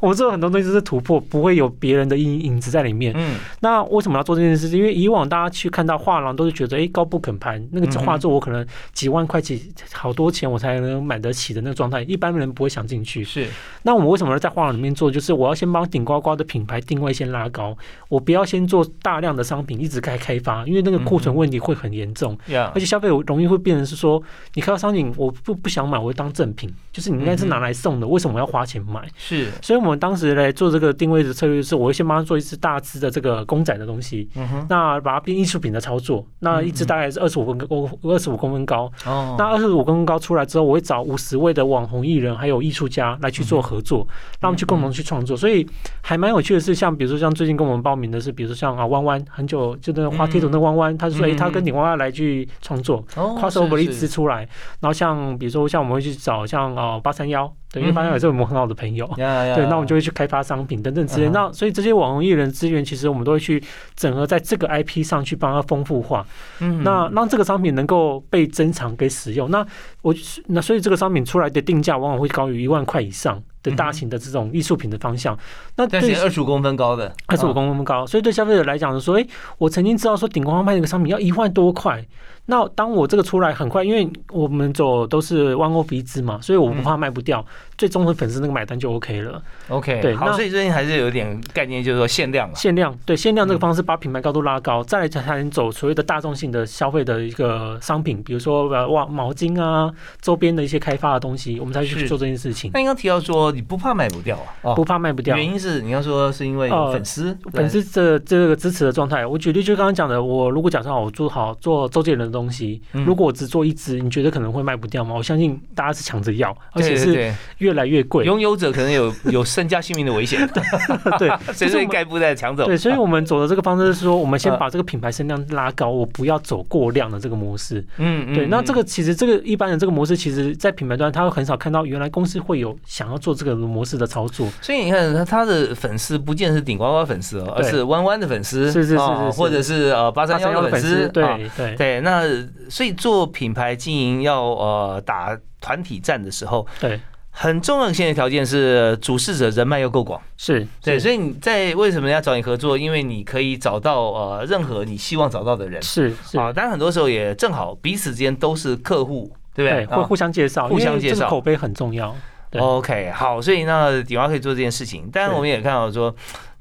Speaker 2: 我们做很多东西就是突破，不会有别人的影影子在里面。
Speaker 1: 嗯，
Speaker 2: 那为什么要做这件事情？因为以往大家去看到画廊都是觉得，哎、高不可攀，那
Speaker 1: 嗯
Speaker 2: 个
Speaker 1: 哼
Speaker 2: 画作我可能几万块几好多钱我才能买得起的那个状态，一般人不会想进去。
Speaker 1: 是
Speaker 2: 那我们为什么要在画廊里面做？就是我要先帮顶呱呱的品牌定位先拉高，我不要先做大量的商品一直开开发，因为那个库存问题会很严重。
Speaker 1: 呀
Speaker 2: 而，且消费我容易会变成是说，你看到商品我不不想买，我会当赠品，就是你应该是拿来送的，为什么我要花钱买？
Speaker 1: 是，
Speaker 2: 所以我们当时来做这个定位的策略是，我会先帮他做一只大只的这个公仔的东西，
Speaker 1: 嗯哼，嗯
Speaker 2: 那把它变艺术品的操作，那一只大概是二十五公公二十五公分高，
Speaker 1: 哦
Speaker 2: 那二十五公分高出来之后，我会找五十位的网红艺人还有艺术家来去做合作，让他们去共同去创作。
Speaker 1: 嗯
Speaker 2: 所以还蛮有趣的是，像比如说像最近跟我们报名的是，比如说像啊弯弯，很久就那个花贴图那弯弯，他就说
Speaker 1: 嗯
Speaker 2: 诶，他跟你弯弯来去创作。
Speaker 1: 哦
Speaker 2: crossover
Speaker 1: 是
Speaker 2: 一
Speaker 1: 是
Speaker 2: 支出来，然后像比如说像我们会去找像呃八三幺，对，因
Speaker 1: 嗯
Speaker 2: 为
Speaker 1: 哼
Speaker 2: 八三幺也是我们很好的朋友，
Speaker 1: 呀呀，
Speaker 2: 对，那我们就会去开发商品等等之类。
Speaker 1: 嗯哼
Speaker 2: 那所以这些网红艺人资源，其实我们都会去整合在这个 IP 上去帮它丰富化，
Speaker 1: 嗯
Speaker 2: 那让这个商品能够被珍藏给使用。那我那所以这个商品出来的定价往往会高于一万块以上的
Speaker 1: 嗯
Speaker 2: 大
Speaker 1: 哼
Speaker 2: 型的这种艺术品的方向。那
Speaker 1: 但是
Speaker 2: 对
Speaker 1: 二十五公分高的，
Speaker 2: 二十五
Speaker 1: 啊
Speaker 2: 公分高，所以对消费者来讲说，诶，我曾经知道说顶光卖那个商品要一万多块，那当我这个出来很快，因为我们走都是 one off 一支嘛，所以我不怕卖不掉，最终的粉丝那个买单就 OK 了。
Speaker 1: 哦 OK，
Speaker 2: 对
Speaker 1: 好，
Speaker 2: 那
Speaker 1: 所以最近还是有点概念，就是说限量了。
Speaker 2: 限量对限量这个方式把品牌高度拉高，再来才能走所谓的大众性的消费的一个商品，比如说呃哇毛巾啊周边的一些开发的东西，我们才去
Speaker 1: 是
Speaker 2: 做这件事情，
Speaker 1: 那你刚提到说你不怕卖不掉啊？哦
Speaker 2: 不怕卖不掉。
Speaker 1: 原因是你要说是因为
Speaker 2: 呃
Speaker 1: 粉丝，对
Speaker 2: 本身这这个支持的状态，我举例就刚刚讲的，我如果假设好我做好做周杰伦的东西，
Speaker 1: 嗯
Speaker 2: 如果我只做一支，你觉得可能会卖不掉吗？我相信大家是抢着要，而且
Speaker 1: 对
Speaker 2: 是
Speaker 1: 对
Speaker 2: 越来越贵
Speaker 1: 对。拥有者可能有有身家性命的危险，
Speaker 2: 对，
Speaker 1: 谁
Speaker 2: 就是我
Speaker 1: 被
Speaker 2: 们
Speaker 1: 盖布袋抢走？
Speaker 2: 对，所以我们走的这个方式是说，我们先
Speaker 1: 呃
Speaker 2: 把这个品牌声量拉高，我不要走过量的这个模式。
Speaker 1: 嗯
Speaker 2: 对，那这个
Speaker 1: 嗯
Speaker 2: 其实这个一般的这个模式，其实在品牌端，他会很少看到原来公司会有想要做这个模式的操作。
Speaker 1: 所以你看他他的粉丝不见得是顶呱呱粉丝哦，而
Speaker 2: 对
Speaker 1: 是弯弯的粉丝，
Speaker 2: 是是是
Speaker 1: 哦
Speaker 2: 是是
Speaker 1: 或者是呃八三幺
Speaker 2: 831
Speaker 1: 的粉丝，
Speaker 2: 对
Speaker 1: 啊
Speaker 2: 对
Speaker 1: 对，那呃所以做品牌经营要呃打团体战的时候，
Speaker 2: 对，
Speaker 1: 很重要的先决条件是主事者人脉要够广。
Speaker 2: 是，
Speaker 1: 对，
Speaker 2: 是
Speaker 1: 所以你在为什么要找你合作？因为你可以找到呃任何你希望找到的人
Speaker 2: 是是，
Speaker 1: 啊，当然很多时候也正好彼此之间都是客户，对不
Speaker 2: 对，
Speaker 1: 对？
Speaker 2: 会
Speaker 1: 啊
Speaker 2: 互相介绍，
Speaker 1: 互
Speaker 2: 因为
Speaker 1: 相介
Speaker 2: 这个
Speaker 1: 绍
Speaker 2: 口碑很重要。对
Speaker 1: OK，好，所以那鼎华可以做这件事情，当然
Speaker 2: 是
Speaker 1: 我们也看到说。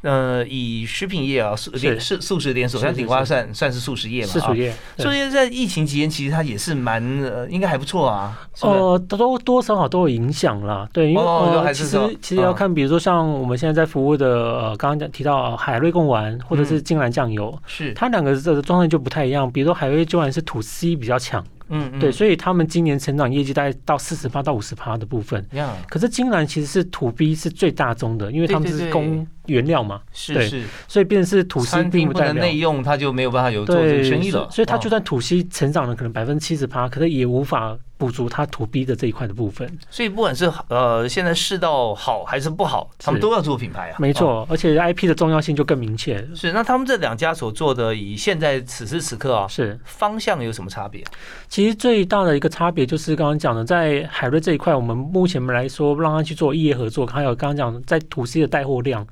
Speaker 1: 呃，以食品业啊，素
Speaker 2: 是
Speaker 1: 连素素食连锁，
Speaker 2: 是
Speaker 1: 像
Speaker 2: 是
Speaker 1: 鼎华
Speaker 2: 是
Speaker 1: 算算是素食业嘛，
Speaker 2: 是
Speaker 1: 啊
Speaker 2: 属于
Speaker 1: 素食业在疫情期间其实它也是蛮呃，应该还不错啊，是不是？
Speaker 2: 呃，多多少少都有影响啦，对，因为、
Speaker 1: 哦
Speaker 2: 呃
Speaker 1: 还
Speaker 2: 其
Speaker 1: 是说
Speaker 2: 实其实要看，比如说像我们现在在服务的，呃，刚刚讲提到呃海瑞贡丸或者
Speaker 1: 嗯
Speaker 2: 是金兰酱油，
Speaker 1: 是，
Speaker 2: 它两个的状态就不太一样。比如说海瑞贡丸是土 C 比较强，
Speaker 1: 嗯嗯
Speaker 2: 对，所以他们今年成长业绩大概到四十趴到五十趴的部分。
Speaker 1: 呀，
Speaker 2: 可是金兰其实是土 B 是最大宗的，因为他们
Speaker 1: 对对
Speaker 2: 是
Speaker 1: 对
Speaker 2: 供原料嘛，
Speaker 1: 是
Speaker 2: 对
Speaker 1: 是，
Speaker 2: 所以变成是土 C
Speaker 1: 餐
Speaker 2: 并
Speaker 1: 厅
Speaker 2: 不
Speaker 1: 不
Speaker 2: 代
Speaker 1: 能
Speaker 2: 表。
Speaker 1: 内用，它就没有办法有做这
Speaker 2: 对，
Speaker 1: 个生意了。啊
Speaker 2: 所以它就
Speaker 1: 在，
Speaker 2: 算土 C 成长了可能百分之七十趴，可是也无法补足它土 B 的这一块的部分。
Speaker 1: 所以不管是呃现在世道好还是不好，他们
Speaker 2: 是
Speaker 1: 都要做品牌啊。
Speaker 2: 没
Speaker 1: 哦。
Speaker 2: 错，而且 IP 的重要性就更明确了。
Speaker 1: 是，那他们这两家所做的，以现在此时此刻啊，
Speaker 2: 是，
Speaker 1: 方向有什么差别？
Speaker 2: 其实最大的一个差别就是刚刚讲的，在海瑞这一块，我们目前来说让它去做异业合作，还有刚刚讲的在土 C 的带货量。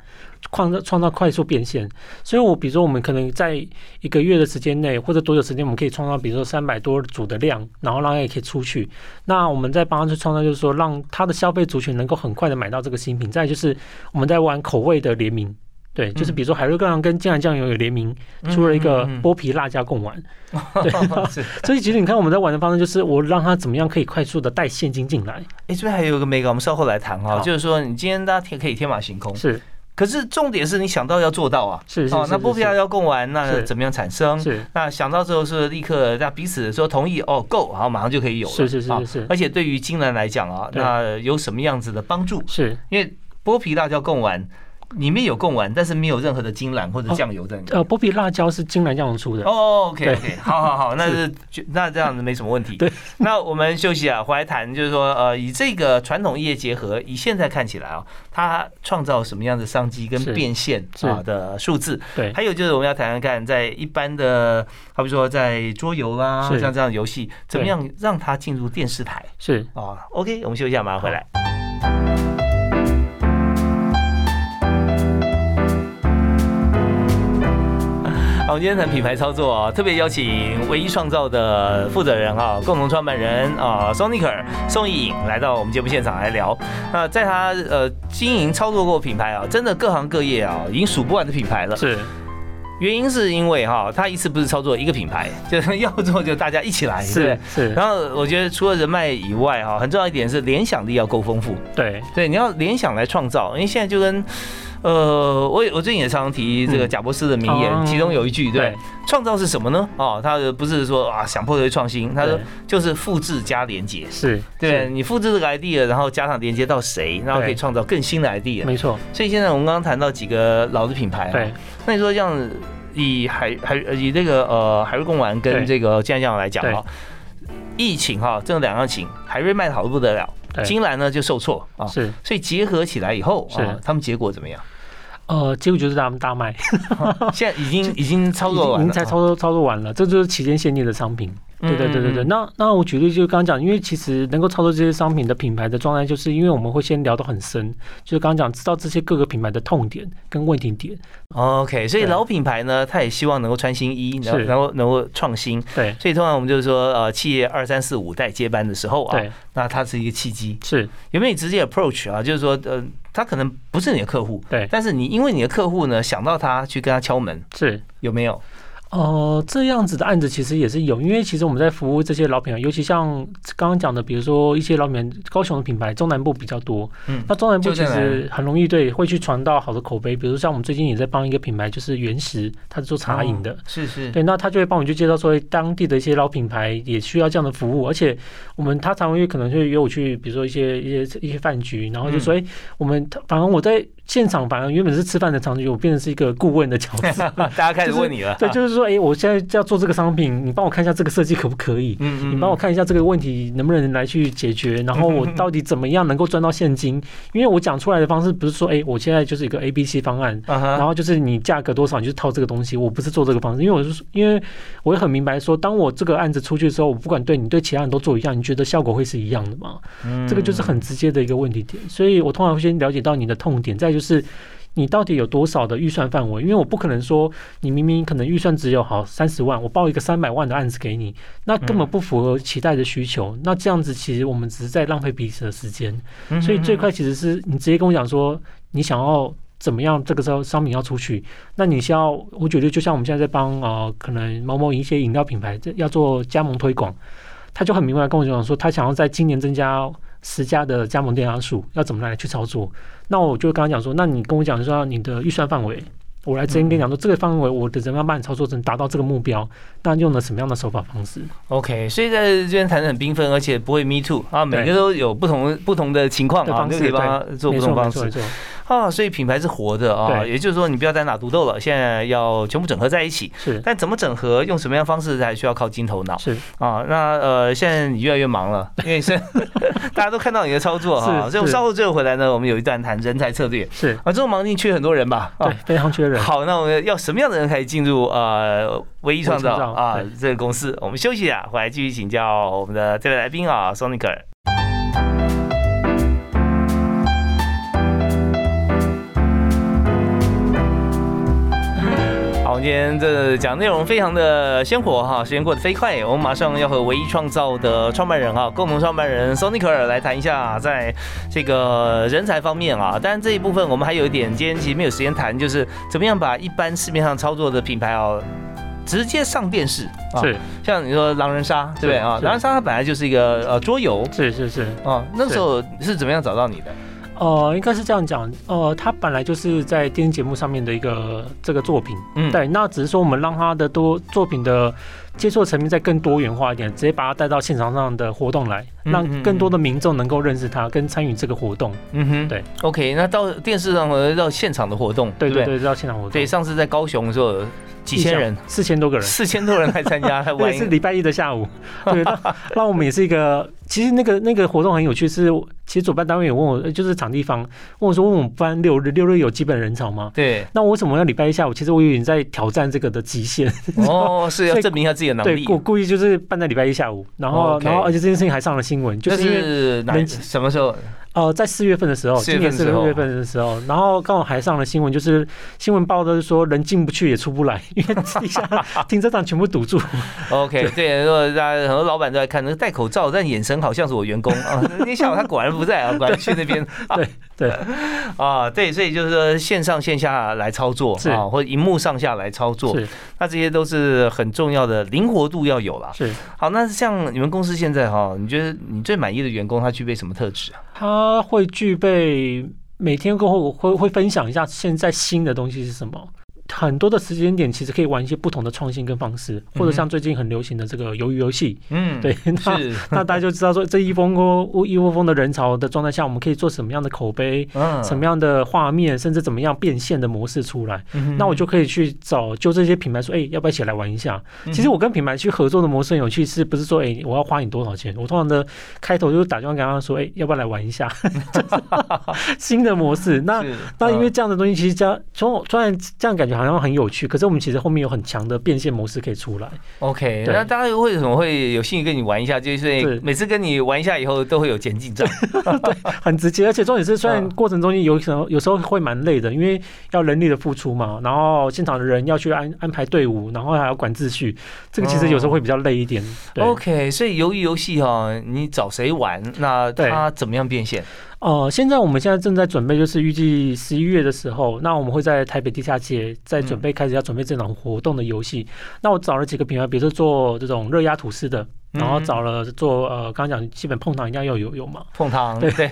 Speaker 2: 创造创造快速变现，所以我比如说我们可能在一个月的时间内，或者多久时间，我们可以创造比如说三百多组的量，然后让它也可以出去。那我们再帮他去创造，就是说让他的消费族群能够很快的买到这个新品。再来就是我们在玩口味的联名，对，就是
Speaker 1: 嗯
Speaker 2: 比如说海瑞哥郎跟金兰酱油有联名出了一个
Speaker 1: 嗯嗯嗯
Speaker 2: 剥皮辣椒贡丸，对，
Speaker 1: 是，哎、
Speaker 2: 所以其实你看我们在玩的方式就是我让他怎么样可以快速的带现金进来，
Speaker 1: 哎这边还有一个 mega，我们稍后来谈哈、
Speaker 2: 好
Speaker 1: 就是说你今天大家天可以天马行空，
Speaker 2: 是
Speaker 1: 可是重点是你想到要做到啊。
Speaker 2: 是是是
Speaker 1: 哦，那
Speaker 2: 是
Speaker 1: 不皮要供完，那
Speaker 2: 是
Speaker 1: 怎么样产生？
Speaker 2: 是
Speaker 1: 那想到之后是立刻让彼此说同意哦，够，好，马上就可以有了。
Speaker 2: 是是
Speaker 1: 好
Speaker 2: 是是
Speaker 1: 而且对于金兰来讲啊，
Speaker 2: 对
Speaker 1: 那有什么样子的帮助？
Speaker 2: 是
Speaker 1: 因为剥皮辣椒贡丸里面有贡丸，但是没有任何的金兰或者酱油在里面。
Speaker 2: 呃剥皮辣椒是金兰酱油出的，
Speaker 1: 哦，OK OK，好好好，那是那这样子没什么问题。
Speaker 2: 对，
Speaker 1: 那我们休息啊，回来谈，就是说，呃，以这个传统业结合，以现在看起来啊，它创造什么样的商机跟
Speaker 2: 是
Speaker 1: 变现
Speaker 2: 是
Speaker 1: 啊的数字？
Speaker 2: 对
Speaker 1: 还有就是我们要谈谈看，在一般的，好比说在桌游啦，
Speaker 2: 是
Speaker 1: 像这样的游戏，怎么样让它进入电视台
Speaker 2: 是
Speaker 1: 啊？OK，我们休息一下，马上回来。好，我们今天谈品牌操作啊，特别邀请唯一创造的负责人哈、共同创办人啊，Sonic 宋一颖来到我们节目现场来聊。那在他呃经营操作过品牌啊，真的各行各业啊，已经数不完的品牌了。
Speaker 2: 是
Speaker 1: 原因是因为哈，他一次不是操作一个品牌，就是 要做就大家一起来，对不
Speaker 2: 是
Speaker 1: 对。
Speaker 2: 是，
Speaker 1: 然后我觉得除了人脉以外哈，很重要一点是联想力要够丰富，
Speaker 2: 对
Speaker 1: 对，你要联想来创造，因为现在就跟。呃，我也我最近也常常提这个贾博士的名言，
Speaker 2: 嗯哦
Speaker 1: 其中有一句，对，创造是什么呢？哦，他不是说啊想破头就创新，他说
Speaker 2: 对
Speaker 1: 就是复制加连接，
Speaker 2: 是，
Speaker 1: 对你复制这个 idea，然后加上连接到谁，然后可以
Speaker 2: 对
Speaker 1: 创造更新的
Speaker 2: 是
Speaker 1: idea。
Speaker 2: 没错，
Speaker 1: 所以现在我们刚刚谈到几个老的品牌、啊，
Speaker 2: 对
Speaker 1: 那你说这样子，以海海以这个呃海瑞贡丸跟
Speaker 2: 对
Speaker 1: 这个健酱来讲
Speaker 2: 对
Speaker 1: 哈，疫情哈这两样情，海瑞卖的好的不得了，
Speaker 2: 对
Speaker 1: 金兰呢就受挫啊，
Speaker 2: 是，
Speaker 1: 所以结合起来以后啊
Speaker 2: 是，
Speaker 1: 他们结果怎 么样？
Speaker 2: 呃，结果就是他们大卖，
Speaker 1: 现在已经已经操作
Speaker 2: 已
Speaker 1: 完
Speaker 2: 经
Speaker 1: 了，
Speaker 2: 才操作操哦作完了，这就是期间限定的商品。对对对对对，
Speaker 1: 嗯，
Speaker 2: 那那我举例就刚刚讲，因为其实能够操作这些商品的品牌的状态，就是因为我们会先聊得很深，就是刚刚讲知道这些各个品牌的痛点跟问题点，
Speaker 1: 哦 OK，所以
Speaker 2: 对
Speaker 1: 老品牌呢，他也希望能够穿新衣，然后
Speaker 2: 是
Speaker 1: 然后能够创新。
Speaker 2: 对
Speaker 1: 所以通常我们就是说，呃，企业二三四五代接班的时候啊，
Speaker 2: 对
Speaker 1: 那它是一个契机。
Speaker 2: 是，
Speaker 1: 有没有直接 approach 啊？就是说，呃，他可能不是你的客户，
Speaker 2: 对
Speaker 1: 但是你因为你的客户呢，想到他去跟他敲门，
Speaker 2: 是。
Speaker 1: 有没有？
Speaker 2: 哦、这样子的案子其实也是有，因为其实我们在服务这些老品牌，尤其像刚刚讲的，比如说一些老品牌，高雄的品牌，中南部比较多。
Speaker 1: 嗯
Speaker 2: 那中南部
Speaker 1: 就这
Speaker 2: 其
Speaker 1: 样
Speaker 2: 实很容易对会去传到好的口碑，比如像我们最近也在帮一个品牌，就是原石，它是做茶饮的。
Speaker 1: 哦是是，
Speaker 2: 对，那他就会帮我去介绍说，哎当地的一些老品牌也需要这样的服务，而且我们他常会可能会约我去，比如说一些一些一些饭局，然后就说，
Speaker 1: 嗯
Speaker 2: 哎、我们反而我在现场，反而原本是吃饭的场景，我变成是一个顾问的角色
Speaker 1: 。大家开始问你了，
Speaker 2: 对，就是说，哎、我现在要做这个商品，你帮我看一下这个设计可不可以？
Speaker 1: 嗯
Speaker 2: 你帮我看一下这个问题能不能来去解决，然后我到底怎么样能够赚到现金？因为我讲出来的方式不是说，哎、我现在就是一个 A、B、C 方案，
Speaker 1: 啊
Speaker 2: 然
Speaker 1: 哈，
Speaker 2: 后就是你价格多少，你就套这个东西。我不是做这个方式，因为我是因为我也很明白说，当我这个案子出去的时候，我不管对你对其他人都做一样，你觉得效果会是一样的吗？
Speaker 1: 嗯
Speaker 2: 这个就是很直接的一个问题点。所以我通常会先了解到你的痛点，再就是。你到底有多少的预算范围？因为我不可能说你明明可能预算只有好三十万，我报一个三百万的案子给你，那根
Speaker 1: 嗯
Speaker 2: 本不符合期待的需求。那这样子其实我们只是在浪费彼此的时间。
Speaker 1: 嗯
Speaker 2: 所以最快其实是你直接跟我讲说你想要怎么样，这个时候商品要出去，那你先要，我觉得就像我们现在在帮呃，可能某某一些饮料品牌在要做加盟推广，他就很明白跟我讲说，他想要在今年增加十家的加盟店家数，要怎么来去操作？那我就跟他讲说，那你跟我讲说你的预算范围。我来直接跟你
Speaker 1: 嗯
Speaker 2: 讲说，这个范围我的怎么样帮你操作，能达到这个目标，那用了什么样的手法方式？
Speaker 1: OK，所以在这边谈的很缤纷，而且不会 me too 啊，每个
Speaker 2: 对
Speaker 1: 都有不同不同的情况
Speaker 2: 的
Speaker 1: 啊，
Speaker 2: 方
Speaker 1: 你
Speaker 2: 式
Speaker 1: 就可以帮他做不
Speaker 2: 没
Speaker 1: 同
Speaker 2: 错，没
Speaker 1: 方
Speaker 2: 错，
Speaker 1: 式
Speaker 2: 没错，
Speaker 1: 啊，所以品牌是活的啊，
Speaker 2: 对
Speaker 1: 也就是说你不要单打独斗了，现在要全部整合在一起。
Speaker 2: 是
Speaker 1: 但怎么整合，用什么样的方式，还需要靠金头脑。
Speaker 2: 是
Speaker 1: 啊，那呃，现在你越来越忙了，因为是 大家都看到你的操作哈，
Speaker 2: 是
Speaker 1: 所以我们
Speaker 2: 是
Speaker 1: 稍后最后回来呢，我们有一段谈人才策略
Speaker 2: 是，
Speaker 1: 啊，这种忙进缺很多人吧？
Speaker 2: 对
Speaker 1: 啊，，
Speaker 2: 非常缺人。
Speaker 1: 好，那我们要什么样的人才进入呃唯一创造
Speaker 2: 唯一创造
Speaker 1: 啊
Speaker 2: 对
Speaker 1: 这个公司？我们休息啊，回来继续请教我们的这位来宾啊，Sonic。好，我们今天这讲内容非常的鲜活哈，时间过得飞快，我们马上要和唯一创造的创办人哈，共同创办人 Sonic 来谈一下在这个人才方面啊，当然这一部分我们还有一点今天其实没有时间谈，就是怎么样把一般市面上操作的品牌哦。直接上电视啊，
Speaker 2: 是
Speaker 1: 像你说狼人杀，对不对啊？
Speaker 2: 是
Speaker 1: 狼人杀它本来就是一个呃桌游
Speaker 2: 是是是，
Speaker 1: 啊，那
Speaker 2: 是
Speaker 1: 时候是怎么样找到你的？
Speaker 2: 呃，应该是这样讲，呃，它本来就是在电视节目上面的一个这个作品，
Speaker 1: 嗯，
Speaker 2: 对，那只是说我们让他的多作品的接受层面再更多元化一点，直接把它带到现场上的活动来，
Speaker 1: 嗯
Speaker 2: 让
Speaker 1: 嗯
Speaker 2: 更多
Speaker 1: 嗯
Speaker 2: 的民众能够认识他，跟参与这个活动。
Speaker 1: 嗯哼，
Speaker 2: 对
Speaker 1: ，OK，那到电视上和到现场的活动，
Speaker 2: 对
Speaker 1: 不
Speaker 2: 对对，到现场活动，
Speaker 1: 对，上次在高雄的时候，有几千 人，，
Speaker 2: 四千多个人。
Speaker 1: 四千多人来参加，还
Speaker 2: 那
Speaker 1: 玩
Speaker 2: 也是礼拜一的 下午，对，那那我们也是一个，其实那个那个活动很有趣，是其实主办单位也问我，呃就是场地方问我说，问我们班六日六日有基本人潮吗？
Speaker 1: 对，
Speaker 2: 那我为什么要礼拜一下午？其实我有点在挑战这个的极限，
Speaker 1: 哦，是要
Speaker 2: 所以
Speaker 1: 证明一下自己的能
Speaker 2: 对
Speaker 1: 力，。哦
Speaker 2: 我故意就是办在礼拜一下午，然后
Speaker 1: OK
Speaker 2: 然后而且这件事情还上了新闻，就
Speaker 1: 那
Speaker 2: 是因为
Speaker 1: 是哪
Speaker 2: 人
Speaker 1: 什么时候？
Speaker 2: 呃，在四月份的时候，
Speaker 1: 4月
Speaker 2: 今
Speaker 1: 份的
Speaker 2: 年
Speaker 1: 时候
Speaker 2: 四月份的时候，然后刚好还上了新闻，就是新闻报的是说人进不去也出不来， 因为地下停车场全 部堵住。
Speaker 1: OK，对，如果大家很多老板都在看，那个戴口罩，但眼神好像是我员工 啊。你想他果然不在啊，果然去那边。
Speaker 2: 对对
Speaker 1: 啊，对，所以就是说线上线下来操作
Speaker 2: 是
Speaker 1: 啊，或者荧幕上下来操作，
Speaker 2: 是
Speaker 1: 那这些都是很重要的，灵活度要有啦。
Speaker 2: 是，
Speaker 1: 好，那像你们公司现在哈，你觉得你最满意的员工他具备什么特质啊？
Speaker 2: 他会具备每天过后我会会分享一下现在新的东西是什么。很多的时间点其实可以玩一些不同的创新跟方式，或者像最近很流行的这个鱿鱼游戏，
Speaker 1: 嗯，
Speaker 2: 对， 那
Speaker 1: 是，
Speaker 2: 那大家就知道说这一蜂窝一窝蜂的人潮的状态下，我们可以做什么样的口碑，
Speaker 1: 嗯
Speaker 2: 什么样的画面，甚至怎么样变现的模式出来。
Speaker 1: 嗯哼
Speaker 2: 那我就可以去找就这些品牌说，哎、要不要一起来玩一下？
Speaker 1: 嗯
Speaker 2: 其实我跟品牌去合作的模式很有趣，是不是说，哎、我要花你多少钱？我通常的开头就是打电话给他说，哎、要不要来玩 一下？就是新的模式。那
Speaker 1: 是
Speaker 2: 那因为
Speaker 1: 嗯
Speaker 2: 这样的东西，其实加从我突然这样感觉好像很有趣，可是我们其实后面有很强的变现模式可以出来。
Speaker 1: OK，
Speaker 2: 对
Speaker 1: 那大家为什么会有兴趣跟你玩一下？就是
Speaker 2: 是
Speaker 1: 每次跟你玩一下以后都会有前进账，
Speaker 2: 很直接，而且重点是，虽然
Speaker 1: 嗯
Speaker 2: 过程中间有时候有时候会蛮累的，因为要人力的付出嘛，然后现场的人要去安安排队伍，然后还要管秩序，这个其实有时候会比较累一点。对，
Speaker 1: OK，所以由于游戏哈，你找谁玩，那
Speaker 2: 对
Speaker 1: 他怎么样变现？
Speaker 2: 呃，现在我们现在正在准备，就是预计十一月的时候，那我们会在台北地下街在准备开始要准备这场活动的游戏。那我找了几个品牌，比如说做这种热压吐司的，然后
Speaker 1: 嗯
Speaker 2: 找了做呃，刚刚讲基本碰糖一定要有有嘛，
Speaker 1: 碰糖，
Speaker 2: 对
Speaker 1: 对，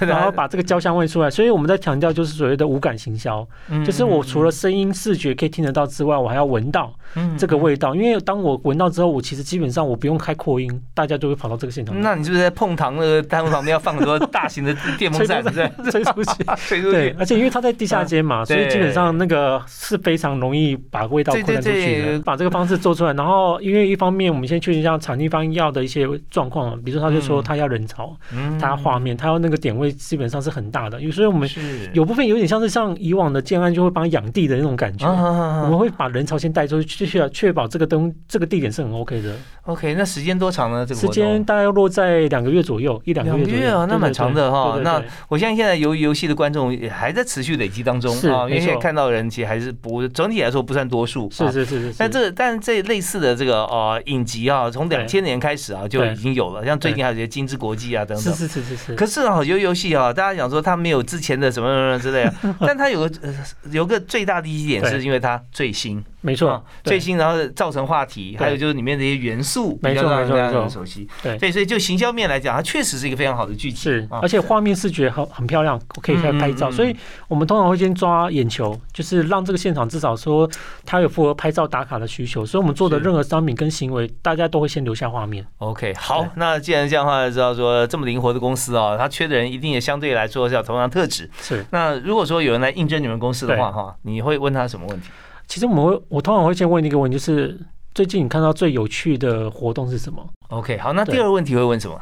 Speaker 2: 然后把这个焦香味出来。所以我们在强调就是所谓的无感行销。
Speaker 1: 嗯
Speaker 2: 就是我除了声音、视觉可以听得到之外，我还要闻到
Speaker 1: 嗯
Speaker 2: 这个味道，因为当我闻到之后，我其实基本上我不用开扩音，大家就会跑到这个现场来，
Speaker 1: 嗯那你是不是在碰糖那个摊位旁边要放很多大型 的电风
Speaker 2: 吹
Speaker 1: 扇，
Speaker 2: 出
Speaker 1: 对不对？
Speaker 2: 去， 吹出去。
Speaker 1: 吹出
Speaker 2: 对
Speaker 1: 去，。
Speaker 2: 而且因为它在地下街嘛，所以基本上那个是非常容易把味道
Speaker 1: 对对
Speaker 2: 扩散出去
Speaker 1: 对
Speaker 2: 的。把这个方式做出来，然后因为一方面我们先确认一下场地方要的一些状况，比如说他就说
Speaker 1: 嗯
Speaker 2: 他要人潮，
Speaker 1: 嗯
Speaker 2: 他要画面，他要那个点位基本上是很大的，有所以我们
Speaker 1: 是
Speaker 2: 有部分有点像是像以往的建案就会帮他养地的那种感觉
Speaker 1: 啊。啊啊
Speaker 2: 我
Speaker 1: 啊
Speaker 2: 们会把人潮先带出去，确确保这个东这个地点是很 OK 的，
Speaker 1: OK，那时间多长呢？这个
Speaker 2: 时
Speaker 1: 活动
Speaker 2: 间大概落在两个月左右，一两个月
Speaker 1: 哦两
Speaker 2: 左
Speaker 1: 个
Speaker 2: 右。
Speaker 1: 月啊那
Speaker 2: 对
Speaker 1: 蛮长的哈
Speaker 2: 对对
Speaker 1: 那
Speaker 2: 对
Speaker 1: 我相信现在由于游戏的观众也还在持续累积当中
Speaker 2: 是
Speaker 1: 啊，因为
Speaker 2: 没错
Speaker 1: 现在看到的人其实还是不整体来说不算多数，
Speaker 2: 是
Speaker 1: 啊。
Speaker 2: 是是是。
Speaker 1: 但这但这类似的这个呃影集啊，从
Speaker 2: 对
Speaker 1: 两千年开始啊就
Speaker 2: 对
Speaker 1: 已经有了，像最
Speaker 2: 对
Speaker 1: 近还有一些《金之国际》啊等
Speaker 2: 是
Speaker 1: 等。
Speaker 2: 是是是是。
Speaker 1: 可是啊，游游戏啊，大家讲说它没有之前的什么什么之类 的，但它有个呃有个最大的一点，
Speaker 2: 对
Speaker 1: 是因为它最新，
Speaker 2: 没错
Speaker 1: 啊，
Speaker 2: 对
Speaker 1: 最新，然后造成话题，
Speaker 2: 对
Speaker 1: 还有就是里面的一些元素，
Speaker 2: 没错
Speaker 1: 比较让
Speaker 2: 没错
Speaker 1: 大家
Speaker 2: 没错
Speaker 1: 很熟悉。
Speaker 2: 对
Speaker 1: 所以就行销面来讲，它确实是一个非常好的剧集。
Speaker 2: 是，
Speaker 1: 啊
Speaker 2: 而且画面视觉很很漂亮，可以拍
Speaker 1: 嗯嗯
Speaker 2: 拍照，
Speaker 1: 嗯
Speaker 2: 所以我们通常会先抓眼球，就是让这个现场至少说它有符合拍照打卡的需求，所以我们做的
Speaker 1: 是
Speaker 2: 任何商品跟行为，大家都会先留下画面。
Speaker 1: OK，好
Speaker 2: 对，
Speaker 1: 那既然这样的话，知道说这么灵活的公司啊，它缺的人一定也相对来说是要同样特质。
Speaker 2: 是，
Speaker 1: 那如果说有人来应征你们公司的话，哈，你会问他什么问题？
Speaker 2: 其实我们会，我通常会先问一个问题，就是最近你看到最有趣的活动是什么？
Speaker 1: OK，好，那
Speaker 2: 对
Speaker 1: 第二个问题会问什么？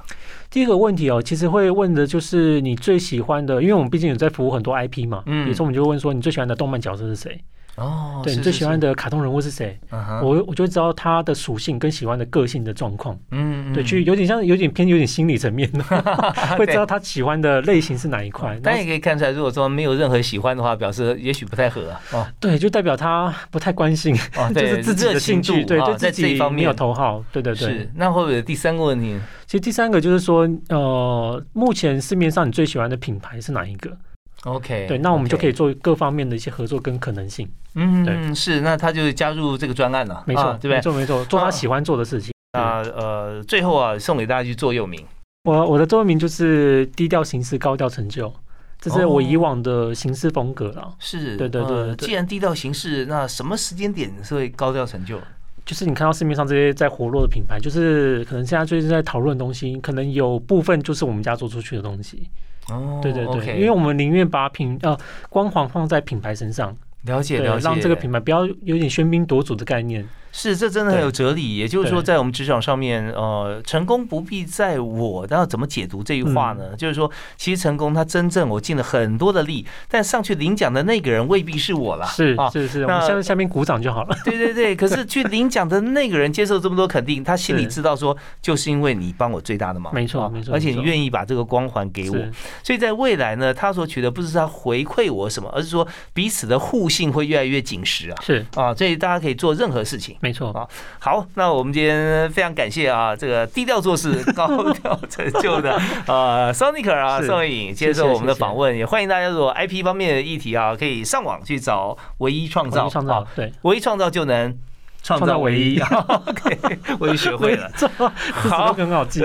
Speaker 2: 第一个问题哦，其实会问的就是你最喜欢的，因为我们毕竟有在服务很多 IP 嘛，
Speaker 1: 嗯
Speaker 2: 比如说我们就会问说你最喜欢的动漫角色是谁？
Speaker 1: 哦，
Speaker 2: 对
Speaker 1: 是
Speaker 2: 你最
Speaker 1: 是
Speaker 2: 喜欢
Speaker 1: 是
Speaker 2: 的卡通人物是谁，
Speaker 1: 嗯哼
Speaker 2: 我我就会知道他的属性跟喜欢的个性的状况。
Speaker 1: 嗯
Speaker 2: 对，
Speaker 1: 嗯
Speaker 2: 去有点像有点偏有点心理层面 的， 会知
Speaker 1: 对哦
Speaker 2: 道他喜欢的类型是哪一块。然
Speaker 1: 但
Speaker 2: 后
Speaker 1: 也可以看出来，如果说没有任何喜欢的话，表示也许不太合啊哦
Speaker 2: 对，就代表他不太关心，
Speaker 1: 哦，
Speaker 2: 就
Speaker 1: 对，
Speaker 2: 是自己的
Speaker 1: 热
Speaker 2: 兴
Speaker 1: 情
Speaker 2: 趣，
Speaker 1: 度
Speaker 2: 对
Speaker 1: 啊
Speaker 2: 对
Speaker 1: 在
Speaker 2: 自
Speaker 1: 这一
Speaker 2: 己
Speaker 1: 方
Speaker 2: 没有
Speaker 1: 面
Speaker 2: 投好。对对对。
Speaker 1: 是。那会不会有第三个问题？
Speaker 2: 其实第三个就是说，呃，目前市面上你最喜欢的品牌是哪一个？
Speaker 1: OK，
Speaker 2: 对，那我们就可以
Speaker 1: OK，
Speaker 2: 做各方面的一些合作跟可能性。
Speaker 1: 嗯，是，那他就加入这个专案了，
Speaker 2: 没错，
Speaker 1: 啊对不
Speaker 2: 没
Speaker 1: 对？
Speaker 2: 错，没错，做
Speaker 1: 啊
Speaker 2: 他喜欢做的事情。
Speaker 1: 那呃，最后啊，送给大家去座右铭，
Speaker 2: 我我的座右铭就是低调行事，高调成就，这是我以
Speaker 1: 哦
Speaker 2: 往的行事风格啦。
Speaker 1: 是，
Speaker 2: 对对对
Speaker 1: 呃
Speaker 2: 对对
Speaker 1: 既然低调行事，那什么时间点是会高调成就？
Speaker 2: 就是你看到市面上这些在活络的品牌，就是可能现在最近在讨论的东西，可能有部分就是我们家做出去的东西。
Speaker 1: 哦
Speaker 2: 对对对
Speaker 1: o k
Speaker 2: 因为我们宁愿把品呃光环放在品牌身上，
Speaker 1: 了解
Speaker 2: 对，
Speaker 1: 了解，
Speaker 2: 让这个品牌不要有点喧宾夺主的概念。
Speaker 1: 是，这真的很有哲理。也就是说，
Speaker 2: 对
Speaker 1: 在我们职场上面，呃，成功不必在我，那要怎么解读这句话
Speaker 2: 嗯
Speaker 1: 呢？就是说，其实成功它真正我尽了很多的力，但上去领奖的那个人未必是我啦。
Speaker 2: 是
Speaker 1: 啊，
Speaker 2: 是是，我
Speaker 1: 那
Speaker 2: 们下下面鼓掌就好了。
Speaker 1: 对对对。可是去领奖的那个人接受这么多肯定，他心里
Speaker 2: 是
Speaker 1: 知道说，就是因为你帮我最大的忙，
Speaker 2: 没错
Speaker 1: 啊
Speaker 2: 没错
Speaker 1: 而且你
Speaker 2: 没错
Speaker 1: 愿意把这个光环给我，
Speaker 2: 是
Speaker 1: 所以在未来呢，他所取的不是他回馈我什么，而是说彼此的互信会越来越紧实啊
Speaker 2: 是，
Speaker 1: 啊！所以大家可以做任何事情。
Speaker 2: 没错。
Speaker 1: 好好，那我们今天非常感谢啊，这个低调做事、高调成就 的呃 Sonic 啊，
Speaker 2: 是
Speaker 1: 宋颖接
Speaker 2: 谢
Speaker 1: 受我们的
Speaker 2: 谢谢
Speaker 1: 访问，也欢迎大家如果 IP 方面的议题啊，可以上网去找唯一创
Speaker 2: 我
Speaker 1: 造，
Speaker 2: 们创
Speaker 1: 啊
Speaker 2: 造，对，
Speaker 1: 唯一创造就能。创
Speaker 2: 造唯 一
Speaker 1: ，OK，我已经学会了。
Speaker 2: 这这词都很好记。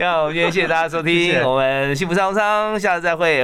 Speaker 1: 那我们今天谢谢大家收听，
Speaker 2: 谢谢
Speaker 1: 我们幸福商务舱，下次再会。